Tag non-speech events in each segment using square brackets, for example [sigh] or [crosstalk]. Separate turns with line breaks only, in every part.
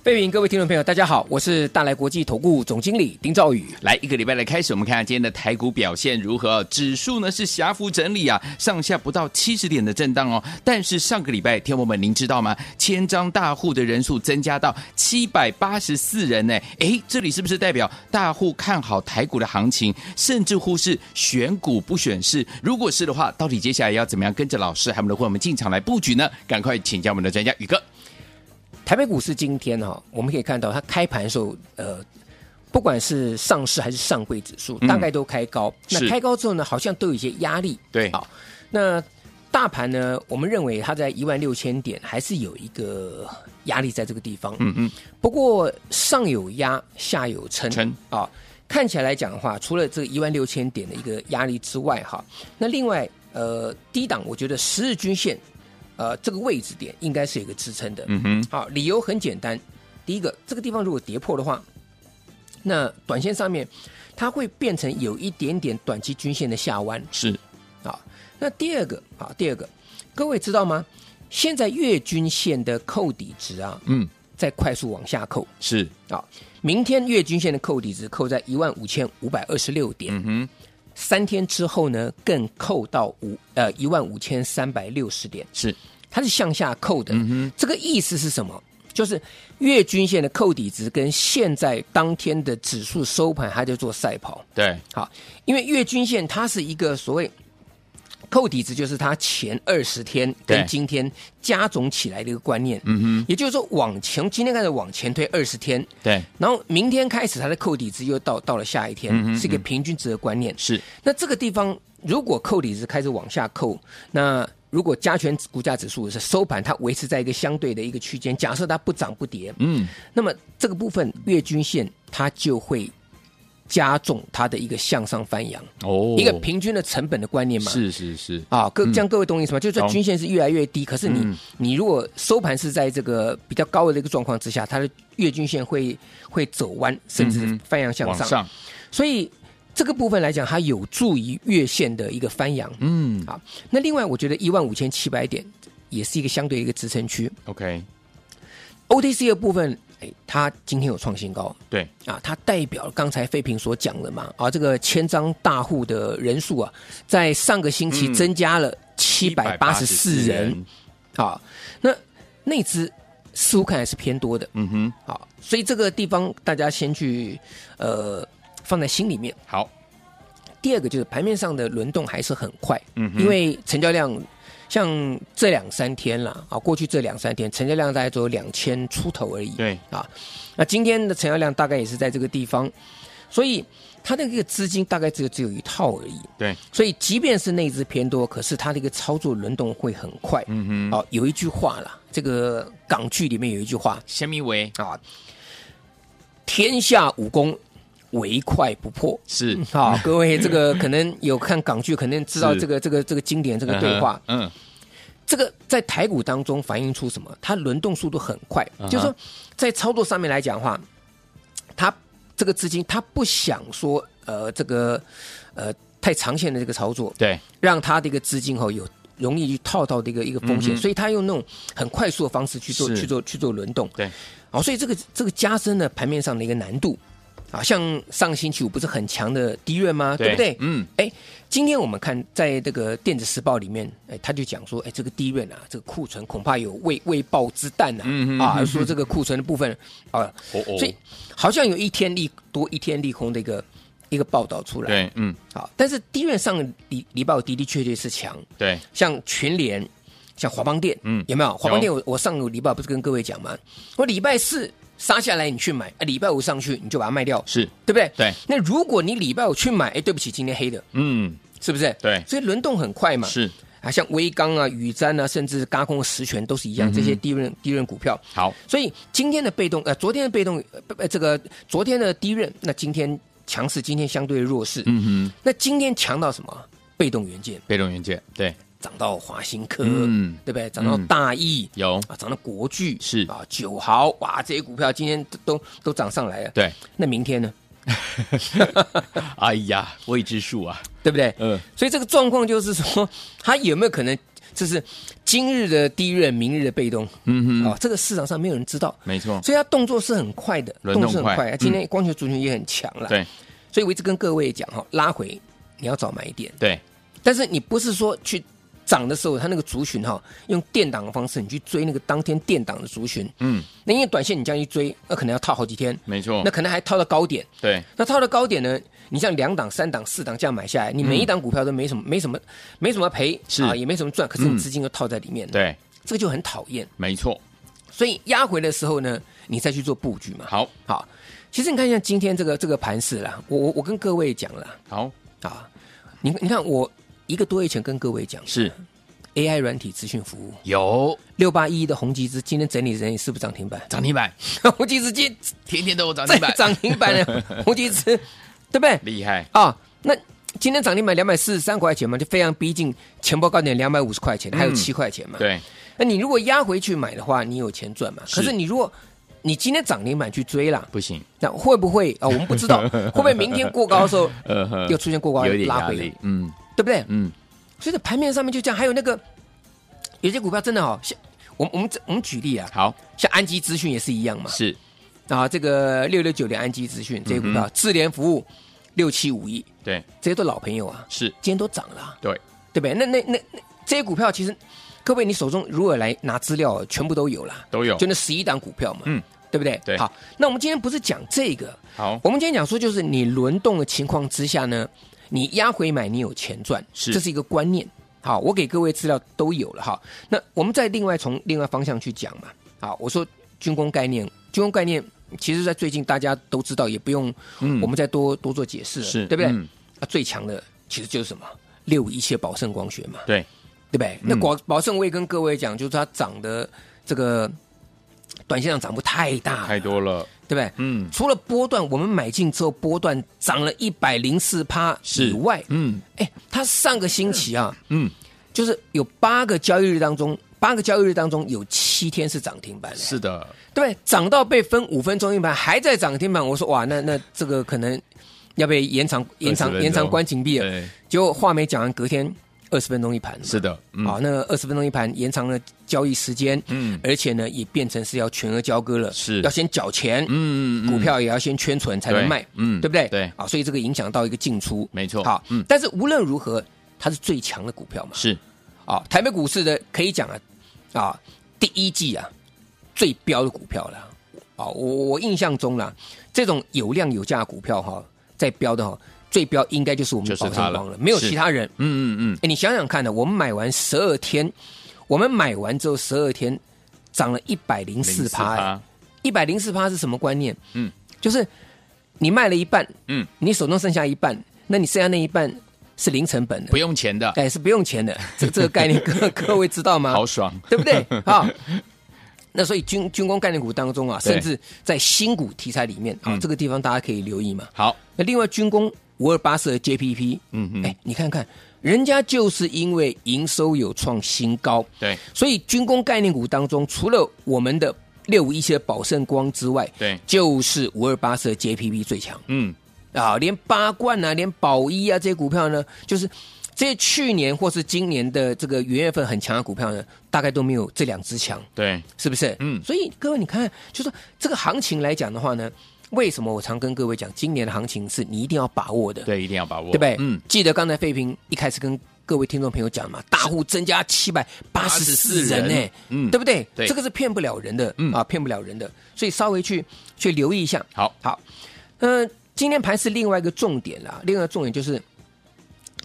贝云，各位听众朋友，大家好，我是大来国际投顾总经理丁兆宇。
来一个礼拜的开始，我们看看今天的台股表现如何。指数呢是狭幅整理啊，上下不到七十点的震荡哦。但是上个礼拜，天友们您知道吗？千张大户的人数增加到七百八十四人呢。诶，这里是不是代表大户看好台股的行情，甚至乎是选股不选市？如果是的话，到底接下来要怎么样跟着老师还有我们的伙伴们进场来布局呢？赶快请教我们的专家宇哥。
台北股市今天哈、我们可以看到它开盘的时候，呃，不管是上市还是上柜指数，大概都开高。
是
那开高之后呢，好像都有一些压力。
对
好，那大盘呢，我们认为它在一万六千点还是有一个压力在这个地方。嗯嗯。不过上有压，下有撑。
撑
啊，看起来来讲的话，除了这一万六千点的一个压力之外，哈，那另外呃，低档我觉得十日均线。呃，这个位置点应该是有一个支撑的，
嗯哼，
好，理由很简单，第一个，这个地方如果跌破的话，那短线上面它会变成有一点点短期均线的下弯
是
啊。那第二个啊，第二个，各位知道吗？现在月均线的扣底值啊，
嗯
在快速往下扣
是，
啊。明天月均线的扣底值扣在一万五千五百二十六点，
嗯哼，
三天之后呢，更扣到五呃一万五千三百六十点。
是
它是向下扣的。
嗯
这个意思是什么？就是月均线的扣底值跟现在当天的指数收盘，它就做赛跑。
对，
好，因为月均线它是一个所谓扣底值，就是它前二十天
对
跟今天加总起来的一个观念。嗯哼，也就是说往前，今天开始往前推二十天，
对，
然后明天开始它的扣底值又到到了下一天，是一个平均值的观念。
是
那这个地方如果扣底值开始往下扣，那如果加权股价指数是收盘，它维持在一个相对的一个区间，假设它不涨不跌，
嗯，
那么这个部分月均线它就会加重它的一个向上翻扬，
哦
一个平均的成本的观念嘛。
是是是，
啊，各这样各位懂我意思吗？就是说
懂
均线是越来越低，可是你、你如果收盘是在这个比较高的一个状况之下，它的月均线会会走弯，甚至翻扬向
嗯往
上。
上，
所以这个部分来讲，它有助于月线的一个翻扬。
嗯
好，那另外我觉得一万五千七百点也是一个相对一个支撑区。
，OK，
OTC 的部分，哎，它今天有创新高
对，
啊，它代表刚才费平所讲的嘛，啊，这个千张大户的人数啊，在上个星期增加了嗯七百八十四人。好，那内资似乎看来是偏多的，
嗯哼，
好，所以这个地方大家先去呃放在心里面。
好，
第二个就是盘面上的轮动还是很快，
嗯哼
因为成交量像这两三天啦，啊，过去这两三天成交量大概只有两千出头而已，
对，
啊，那今天的成交量大概也是在这个地方，所以它那个资金大概只有只有一套而已，
对，
所以即便是内资偏多，可是它的一个操作轮动会很快，
嗯哼，
啊，有一句话啦，这个港剧里面有一句话
虾米维
啊，天下武功唯快不破，
是
好，
[laughs]
各位，这个可能有看港剧，可能知道
是
这个这个这个经典这
这
个对话。
嗯，
这个在台股当中反映出什么？它轮动速度很快，
嗯哼
就是说在操作上面来讲的话，它这个资金它不想说呃这个呃太长线的这个操作，
对，
让它的一个资金哦有容易去套到的一个一个风险，
嗯哼
所以它用那种很快速的方式去做
是
去做去做轮动。
对，
好、所以这个这个加深了盘面上的一个难度。啊，像上星期五不是很强的低润吗？对不对？
嗯，
哎，今天我们看在这个电子时报里面，哎，他就讲说，哎，这个低润啊，这个库存恐怕有未未爆之弹呐、啊，
嗯嗯嗯
啊，
嗯
说这个库存的部分啊，
哦哦
所以好像有一天利多一天利空的一个一个报道出来。
对，嗯，
好，但是低院上个礼礼拜我的的确确是强，
对，
像群联，像华邦店，
嗯
嗯，有没有？华邦店
有
我我上个礼拜不是跟各位讲吗？我礼拜四杀下来你去买，啊礼拜五上去你就把它卖掉，
是，
对不对？
对。
那如果你礼拜五去买，哎，对不起，今天黑的，
嗯，
是不是？
对
所以轮动很快嘛。
是，
啊，像威刚啊、宇瞻啊，甚至嘎空、实权都是一样，这些低润低润股票。
好，
所以今天的被动，呃，昨天的被动，呃，不呃这个昨天的低润，那今天强势，今天相对弱势。
嗯哼，
那今天强到什么？被动元件
被动元件，对，
涨到华新科，
嗯
对不对？涨到大益、
有，
啊，涨到国巨
是
啊，九豪哇，这些股票今天都都都涨上来了。 [laughs]
对，
那明天呢？
哎呀，未知数啊，
对不对？
嗯，
所以这个状况就是说，它有没有可能就是今日的低润，明日的被动？
嗯哼，
啊，这个市场上没有人知道，
没错，
所以它动作是很快的，
轮动
作是很
快嗯
快。今天光学族群也很强了，。
对
所以我一直跟各位讲哈，拉回你要找买点，
对，
但是你不是说去涨的时候，它那个族群哈，用电档的方式，你去追那个当天电档的族群，
嗯，哦
那因为短线你这样一追，那可能要套好几天，
没错
那，可能还套到高点。
对，
那套到高点呢？你像两档、三档、四档这样买下来，你每一档股票都没什么、没什么、没什么赔，
嗯是
啊，也没什么赚，可是你
嗯
资金又套在里面，，
对，
这个就很讨厌。
没错，
所以压回的时候呢，你再去做布局嘛。
好，
好，其实你看一下今天这个这个盘势啦，我我我跟各位讲啦，
好，
啊，你你看我一个多月前跟各位讲
是
AI 软体资讯服务
有
六八一一的宏基资今天整理整理是不是涨停板？
涨停板，
宏基资今
天天都有涨
在
停板，
涨停板了，宏基资对不对？
厉害，
啊，那今天涨停板两百四十三块钱嘛，就非常逼近前波高点两百五十块钱，还有
嗯
七块钱嘛。
对，
那你如果压回去买的话，你有钱赚嘛？
是
可是你如果你今天涨停板去追啦，
不行，
那会不会啊、我们不知
[laughs]
道会不会明天过高的时候
呃呵
嗯又出现过高
有点
拉
压
回，
力
对，
嗯
不对？
嗯，
所以在盘面上面就这样，还有那个有些股票真的哦，像我们我们我们举例啊，
好，
像安基资讯也是一样嘛，
是，
啊，这个六六九零安基资讯这些
嗯
股票，智联服务六七五一，
对，
这些都老朋友啊，
是，
今天都涨了啊、
对，
对不对？那那那那这些股票，其实各位你手中如果来拿资料，全部都有啦，
都有
就那十一档股票嘛，
嗯，
对不对？
对
好，那我们今天不是讲这个，
好，
我们今天讲说就是你轮动的情况之下呢，你压回买你有钱赚，
是
这是一个观念。好，我给各位资料都有了哈。那我们再另外从另外方向去讲嘛。好，我说军工概念，军工概念其实在最近大家都知道，也不用
嗯
我们再多、多做解释了，
是
对不对？
嗯
啊，最强的其实就是什么六五一七的宝盛光学嘛，
对，
对不对？那
嗯
宝宝盛我也跟各位讲，就是它涨的这个短线上涨幅太大了，
太多了，
对不对？
嗯
除了波段我们买进之后，波段涨了一百零四趴以外，
嗯
哎，它上个星期啊，
嗯，
就是有八个交易日当中，八个交易日当中有七天是涨停板的，
是的，
对不对？涨到被分五分钟一盘，还在涨停板，我说哇，那那这个可能要被延长延
20分
长
钟
延长关禁闭了。
对，
结果话没讲完，隔天二十分钟一盘，
是的，
啊，
嗯，
那二十分钟一盘延长了交易时间，
嗯
而且呢也变成是要全额交割了，
是
要先缴钱，
嗯
股票也要先圈存才能卖，
嗯
对不对？
对
啊，所以这个影响到一个进出，
没错
好，
嗯
但是无论如何，它是最强的股票嘛，
是
啊，台北股市的可以讲啊，啊，第一季啊最标的股票了，啊，我我我印象中啦，这种有量有价的股票哈、在标的哈、最标应该就是我们
就是
宝
它
盛
了
光了，没有
是
其他人。
嗯嗯嗯，
哎，你想想看呢、我们买完十二天，我们买完之后十二天涨了一百零四趴，哎
趴，
一百零四趴是什么观念？
嗯，
就是你卖了一半，
嗯，
你手中剩下一半，那你剩下那一半是零成本的，
不用钱的，
哎，啊是不用
[laughs]
钱的。这这个概念各各位知道吗？
好爽，
对
[laughs]
不对？啊，那所以军军工概念股当中啊，
对
甚至在新股题材里面啊，
嗯
这个地方大家可以留意嘛。
好，
那另外军工五二八四的 JPP，
嗯嗯
哎，你看看，人家就是因为营收有创新高，
对
所以军工概念股当中，除了我们的六五一七的宝盛光之外，
对，
就是五二八四的 JPP 最强
嗯
啊，连八冠啊，连宝一啊这些股票呢，就是这些去年或是今年的这个元月份很强的股票呢，大概都没有这两只强，
对，
是不是？
嗯
所以各位你看，就说这个行情来讲的话呢，为什么我常跟各位讲，今年的行情是你一定要把握的，
对，一定要把握，
对不对？
嗯，
记得刚才费平一开始跟各位听众朋友讲嘛，大户增加七百八十四人呢、
嗯
对不对？
对
这个是骗不了人的，
嗯
啊，骗不了人的，所以稍微去去留意一下。
好，
好，嗯、今天盘是另外一个重点啦，另外一个重点就是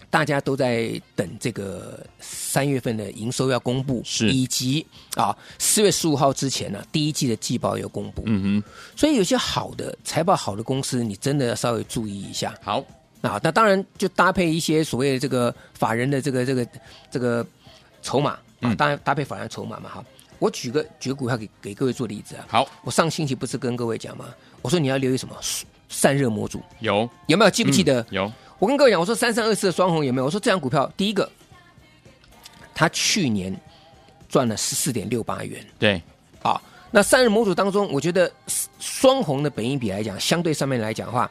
大家都在等这个三月份的营收要公布，
是
以及啊四月十五号之前呢、第一季的季报要公布，
嗯哼，
所以有些好的财报好的公司，你真的要稍微注意一下。
好，
啊，那当然就搭配一些所谓的这个法人的这个这个这个筹码啊，
嗯
搭搭配法人筹码嘛哈。我举个举个股票给给各位做例子啊。
好，
我上星期不是跟各位讲吗？我说你要留意什么散热模组，
有
有没有记不记得？
嗯有，
我跟各位讲，我说三三二四的双红有没有？我说这张股票，第一个，它去年赚了十四点六八元
对，
啊。那散热模组当中，我觉得双红的本益比来讲，相对上面来讲的话，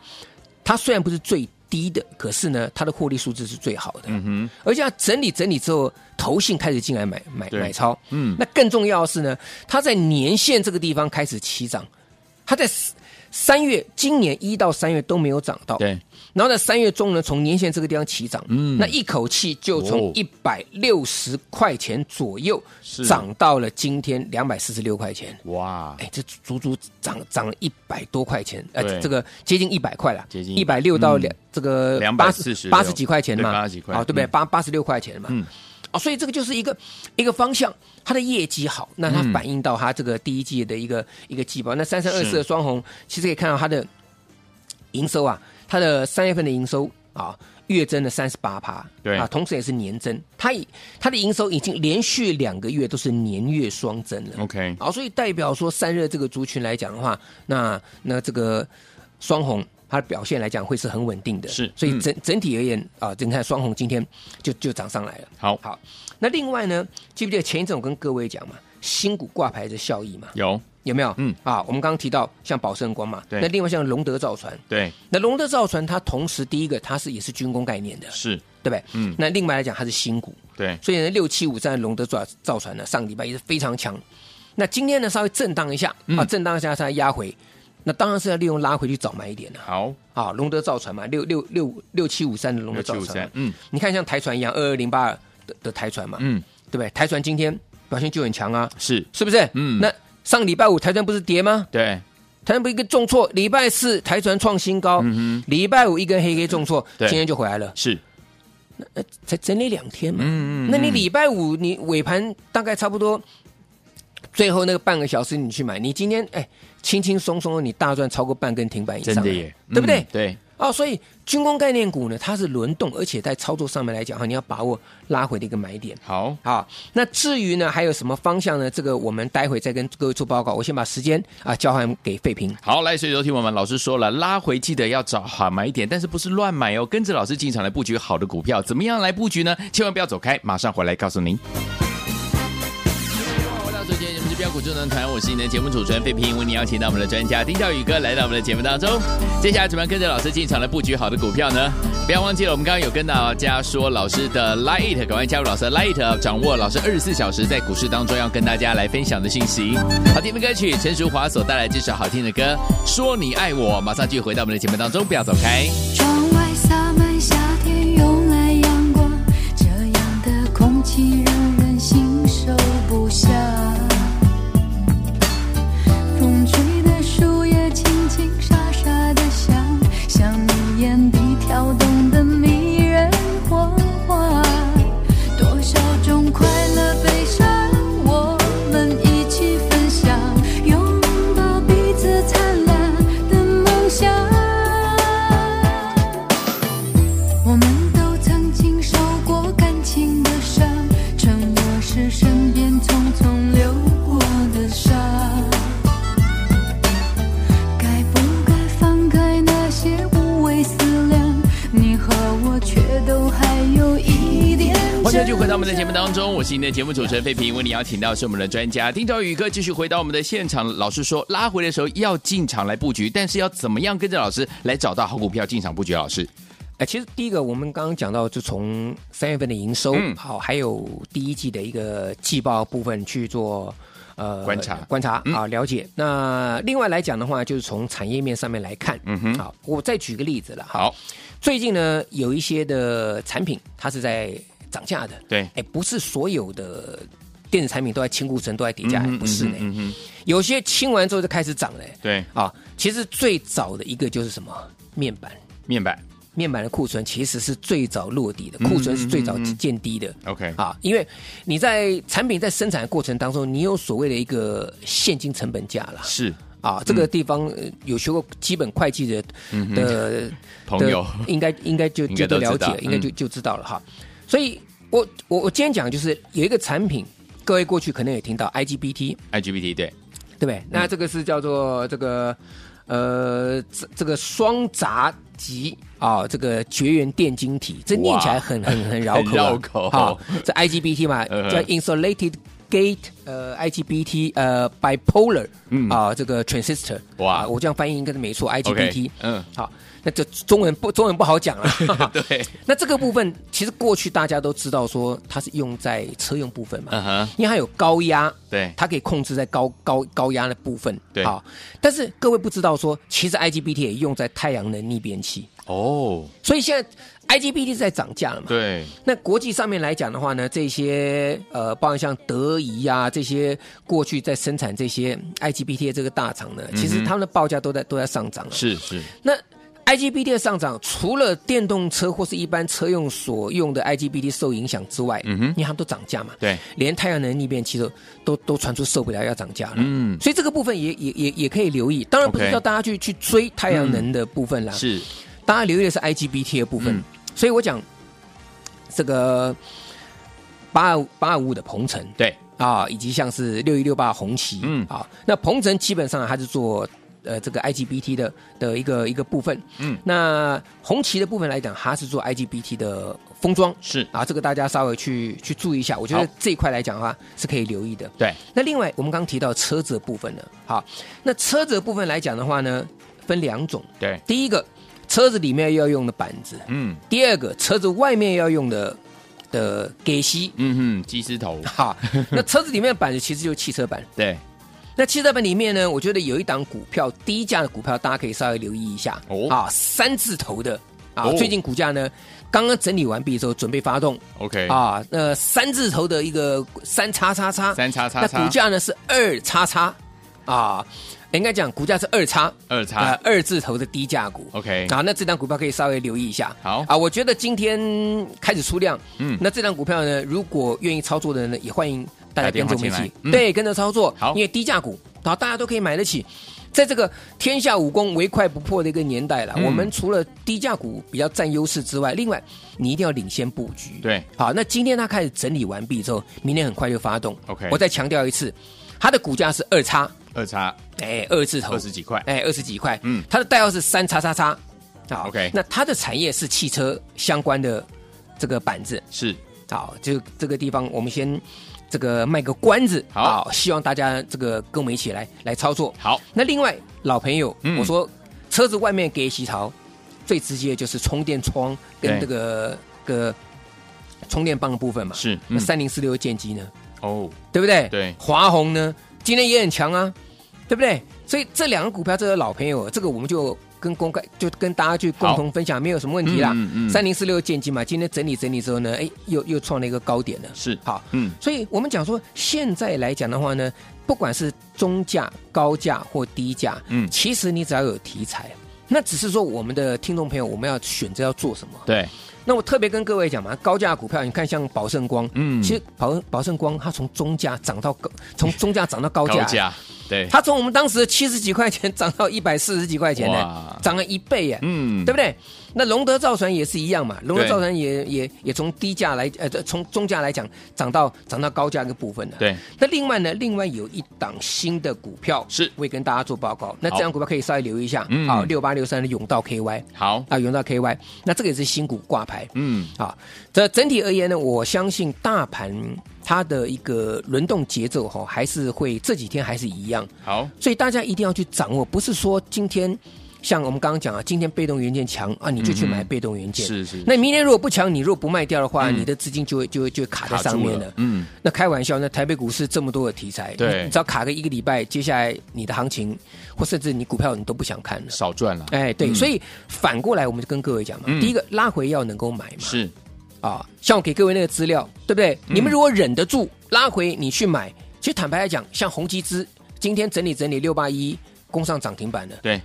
它虽然不是最低的，可是呢，它的获利数字是最好的。
嗯哼，
而且它整理整理之后，投信开始进来买买
对
买超。
嗯
那更重要的是呢，它在年线这个地方开始起涨，它在三月今年一到三月都没有涨到，
对，
然后在三月中呢，从年线这个地方起涨，
嗯
那一口气就
哦
从一百六十块钱左右
是
涨到了今天两百四十六块钱。
哇，
哎，这足足涨涨了一百多块钱，
对
呃，这个接近一百块了，
接近
一百六到
嗯
两、这个
246
八十几块钱嘛，
对80几块
啊，对不对？
嗯
八八十六块钱嘛，
嗯
哦，所以这个就是一个一个方向，它的业绩好，那它
嗯
反映到它这个第一季的一个、一个季报。那三三二
是
四的双红，其实可以看到它的营收啊，它的三月份的营收啊，月增了三十八趴，
对
啊，同时也是年增，它已它的营收已经连续两个月都是年月双增了。
，OK，
好，所以代表说散热这个族群来讲的话，那那这个双红它的表现来讲会是很稳定的，
是
所以
嗯
整整体而言啊，你看双红今天就就涨上来了。
好，
好，那另外呢，记不记得前一阵我跟各位讲嘛，新股挂牌的效益嘛，
有，
有没有？
嗯，
啊，我们刚刚提到像宝盛光嘛，
对
那另外像龙德造船，
对，
那龙德造船它同时第一个它是也是军工概念的，
是，
对不对？
嗯
那另外来讲它是新股，
对，
所以呢，六七五三龙德造造船呢，上个礼拜也是非常强。那今天呢，稍微震荡一下、啊，
嗯
震荡一下，它压回，那当然是要利用拉回去找买一点了、
好，
啊。龙德造船嘛，六六六六七五三的龙德
六七
造
五
船
三
嘛，，
嗯
你看像台船一样，二二零八的的台船嘛，
嗯，
对不对？台船今天表现就很强啊，
是，
是不是？
嗯
那上个礼拜五台船不是跌吗？
对，
台船不是一个重挫，礼拜四台船创新高，
嗯
礼拜五一根黑黑重挫，
对
今天就回来了
哼，，是，
呃，才整理两天嘛。
嗯
那你礼拜五你尾盘大概差不多最后那个半个小时你去买，你今天哎轻轻松松的你大赚超过半根停板以上
真
了，
的耶，
对不对？
嗯对，
哦，所以军工概念股呢，它是轮动，而且在操作上面来讲哈，你要把握拉回的一个买点。
好，
好，那至于呢，还有什么方向呢？这个我们待会再跟各位做报告。我先把时间啊交还给费平。
好，来，所以昨天我们老师说了，拉回记得要找好买点，但是不是乱买哦，跟着老师进场来布局好的股票，怎么样来布局呢？千万不要走开，马上回来告诉您。回到最前，我们是标股智能团，我是你的节目主持人费平，为您邀请到我们的专家丁兆宇哥来到我们的节目当中。接下来怎么样跟着老师进场来布局好的股票呢？不要忘记了，我们刚刚有跟大家说老师的 Lite，赶快加入老师的 Lite，掌握老师二十四小时在股市当中要跟大家来分享的讯息。好听的歌曲，陈淑华所带来这首好听的歌《说你爱我》，马上就回到我们的节目当中，不要走开。
窗外洒满夏天慵懒阳光，这样的空气让人心手不暇。风吹的树叶轻轻沙沙的响，像你眼底跳动的迷人火花。多少种快乐悲伤，我们一起分享，拥抱彼此灿烂的梦想。我们都曾经受过感情的伤，沉默是身边匆匆流过的沙。该不该放开那些无谓思量？你和我却都还有一点。
欢迎继续回到我们的节目当中，我是您的节目主持人费平，为您邀请到是我们的专家丁兆宇哥，继续回到我们的现场。老师说拉回的时候要进场来布局，但是要怎么样跟着老师来找到好股票进场布局？老师，
哎，其实第一个我们刚刚讲到，就从三月份的营收，
嗯
好，还有第一季的一个季报部分去做呃
观察嗯
观察啊，了解。那另外来讲的话，就是从产业面上面来看，嗯哼，好，我再举个例子了，哈，
好，
最近呢有一些的产品它是在涨价的，
对
哎，不是所有的电子产品都在清库存，都在叠加，不是呢，
嗯哼，
有些清完之后就开始涨了，哎
对，
啊，其实最早的一个就是什么面板，
面板
面板的库存其实是最早落底
嗯
的，库存是最早见低的。
，OK，
啊，因为你在产品在生产的过程当中，你有所谓的一个现金成本价啦。
是
啊，这个地方呃有学过基本会计的
嗯
的
朋友， [laughs]
的应该应该就
应
就
该
都
都
了
知道
解，应该
嗯
就就知道了哈。所以我我我今天讲就是有一个产品，各位过去可能也听到 IGBT，
，IGBT 对，
对不
嗯
对？那这个是叫做这个呃这这个双闸极啊、这个绝缘电晶体，这念起来很很很绕口、啊，
[laughs] 很绕口
啊这 IGBT 嘛，
嗯哼
叫 insulated gate 呃 IGBT 呃 bipolar
嗯
啊、这个 transistor
哇
啊我这样翻译应该是没错 IGBT
OK，嗯。
好，那这中文不中文不好讲
[laughs]
了
对，
[laughs] 那这个部分其实过去大家都知道说它是用在车用部分嘛，
嗯哼，
因为它有高压，
对，
它可以控制在高高高压的部分。
对
好，但是各位不知道说，其实 IGBT 也用在太阳能逆变器，
哦，
所以现在 IGBT 是在涨价了嘛？
对，
那国际上面来讲的话呢，这些呃，包含像德仪啊这些过去在生产这些嗯 IGBT 的这个大厂
嗯
呢，其实他们的报价都在都在上涨了。
是是，
那 IGBT 的上涨，除了电动车或是一般车用所用的 IGBT 受影响之外，
嗯哼
因为它们都涨价嘛，
对，
连太阳能逆变器都都都传出受不了要涨价了，
嗯，
所以这个部分也也也也可以留意。当然不是
OK
叫大家去去追太阳能的部分啦，
是
大家留意的是 IGBT 的部分。
嗯
所以我讲这个八二八二五的鹏程
对，
啊，以及像是六一六八红旗，
嗯
啊，那鹏程基本上它是做呃这个 IGBT 的的一个一个部分，
嗯，
那红旗的部分来讲，它是做 IGBT 的封装。
是，
啊，这个大家稍微去去注意一下，我觉得
好
这一块来讲的话是可以留意的。
对，
那另外，我们刚刚提到车子的部分呢，好，那车子的部分来讲的话呢，分两种，
对，
第一个车子里面要用的板子，
嗯
第二个车子外面要用的的给息。
嗯哼，鸡丝头， [laughs]
好，那车子里面的板子其实就是汽车板。
对，
那汽车板里面呢，我觉得有一档股票，低价的股票，大家可以稍微留意一下。
哦
啊，三字头的啊，
哦
最近股价呢刚刚整理完毕之后，准备发动
OK，
啊。那三字头的一个三叉叉叉，
三叉叉
那
叉
股，价呢是二叉叉啊，应该讲股价是二叉
二
啊
叉，
二字头的低价股。
，OK，
啊，那这张股票可以稍微留意一下。
哎好
啊，我觉得今天开始出量，
嗯
嗯，那这张股票呢，如果愿意操作的人呢，也欢迎大家
打电
跟
话
着我们
进
一
来
起，
嗯
对，跟着操作。
好
因为低价股，好，大家都可以买得起。在这个天下武功唯快不破的一个年代了，
嗯
我们除了低价股比较占优势之外，另外你一定要领先布局。
对，
好，那今天它开始整理完毕之后，明天很快就发动。
OK
我再强调一次，它的股价是二叉，
二叉
哎，二字头，
二十几块，
哎，二十几块，
嗯
嗯，它的代号是三叉叉叉，好
OK
那它的产业是汽车相关的这个板子，
是
好，就这个地方我们先这个卖个关子，
好
希望大家这个跟我们一起来来操作。
好，
那另外老朋友，
嗯
我说车子外面给洗槽，最直接的就是充电窗跟
对
这个个充电棒的部分嘛，
是，
那
嗯，
三零四六的剑机呢，
哦，
对不对？
对
华虹呢，今天也很强啊，对不对？所以这两个股票，这个老朋友，这个我们就跟公开，就跟大家去共同分享，没有什么问题啦
嗯嗯嗯。
三零四六建机嘛，今天整理整理之后呢，哎，又又创了一个高点了。
是，
好，
嗯，
所以我们讲说，现在来讲的话呢，不管是中价、高价或低价，
嗯
嗯，其实你只要有题材，那只是说我们的听众朋友，我们要选择要做什么。
对，
那我特别跟各位讲嘛，高价股票，你看像宝盛光，
嗯
嗯，其实宝宝盛光它从中价涨到高，从中价涨到高
高
价，
价，对，
它从我们当时七十几块钱涨到一百四十几块钱
哇
呢，涨了一倍耶，
嗯
对不对？那龙德造船也是一样嘛，龙德
对
造船也也也从低价来，呃，从中价来讲涨到涨到高价一个部分的。
对，
那另外呢，另外有一档新的股票
是
会跟大家做报告，那这
好
档股票可以稍微留意一下
嗯，
啊，六八六三的永道 KY
好，
啊，永道 KY，那这个也是新股挂牌，
嗯，
啊，这整体而言呢，我相信大盘它的一个轮动节奏哈、还是会这几天还是一样，
好，
所以大家一定要去掌握，不是说今天像我们刚刚讲啊，今天被动元件强啊，你就去买被动元件，
嗯是是，
那明天如果不强，你如果不卖掉的话，
嗯
你的资金就会就会就会卡在
卡
上
住
面
了
了，。
嗯，
那开玩笑，那台北股市这么多的题材，
对
你你只要卡个一个礼拜，接下来你的行情或甚至你股票你都不想看了。
少赚了，
哎，对，
嗯
所以反过来我们就跟各位讲嘛，
嗯
第一个拉回要能够买嘛，
是，
啊，像我给各位那个资料，对不对？
嗯
你们如果忍得住，拉回你去买。其实坦白来讲，像宏基资今天整理整理六八一攻上涨停板了，
对，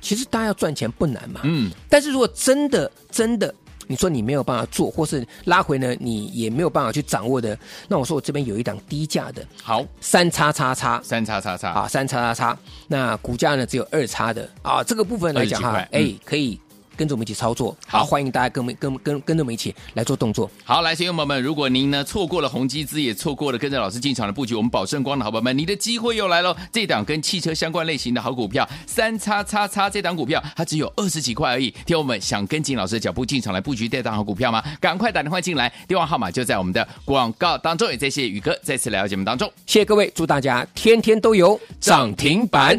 其实大家要赚钱不难嘛，
嗯，
但是如果真的真的，你说你没有办法做，或是拉回呢，你也没有办法去掌握的，那我说我这边有一档低价的
好，
三叉叉叉
三叉叉叉，
啊，三叉叉叉，那股价呢只有二叉的啊，这个部分来讲
20
哈
块，
哎、
嗯
可以跟着我们一起操作，
好
啊欢迎大家跟我们跟跟跟着我们一起来做动作。
好，来，朋友们，如果您呢错过了宏基资，也错过了跟着老师进场的布局，我们宝盛光的好朋友们，你的机会又来了。这档跟汽车相关类型的好股票，三叉叉叉这档股票，它只有二十几块而已。听友们想跟紧老师的脚步进场来布局这档好股票吗？赶快打电话进来，电话号码就在我们的广告当中。也再谢谢宇哥再次来到节目当中。
谢谢各位，祝大家天天都有
涨停板。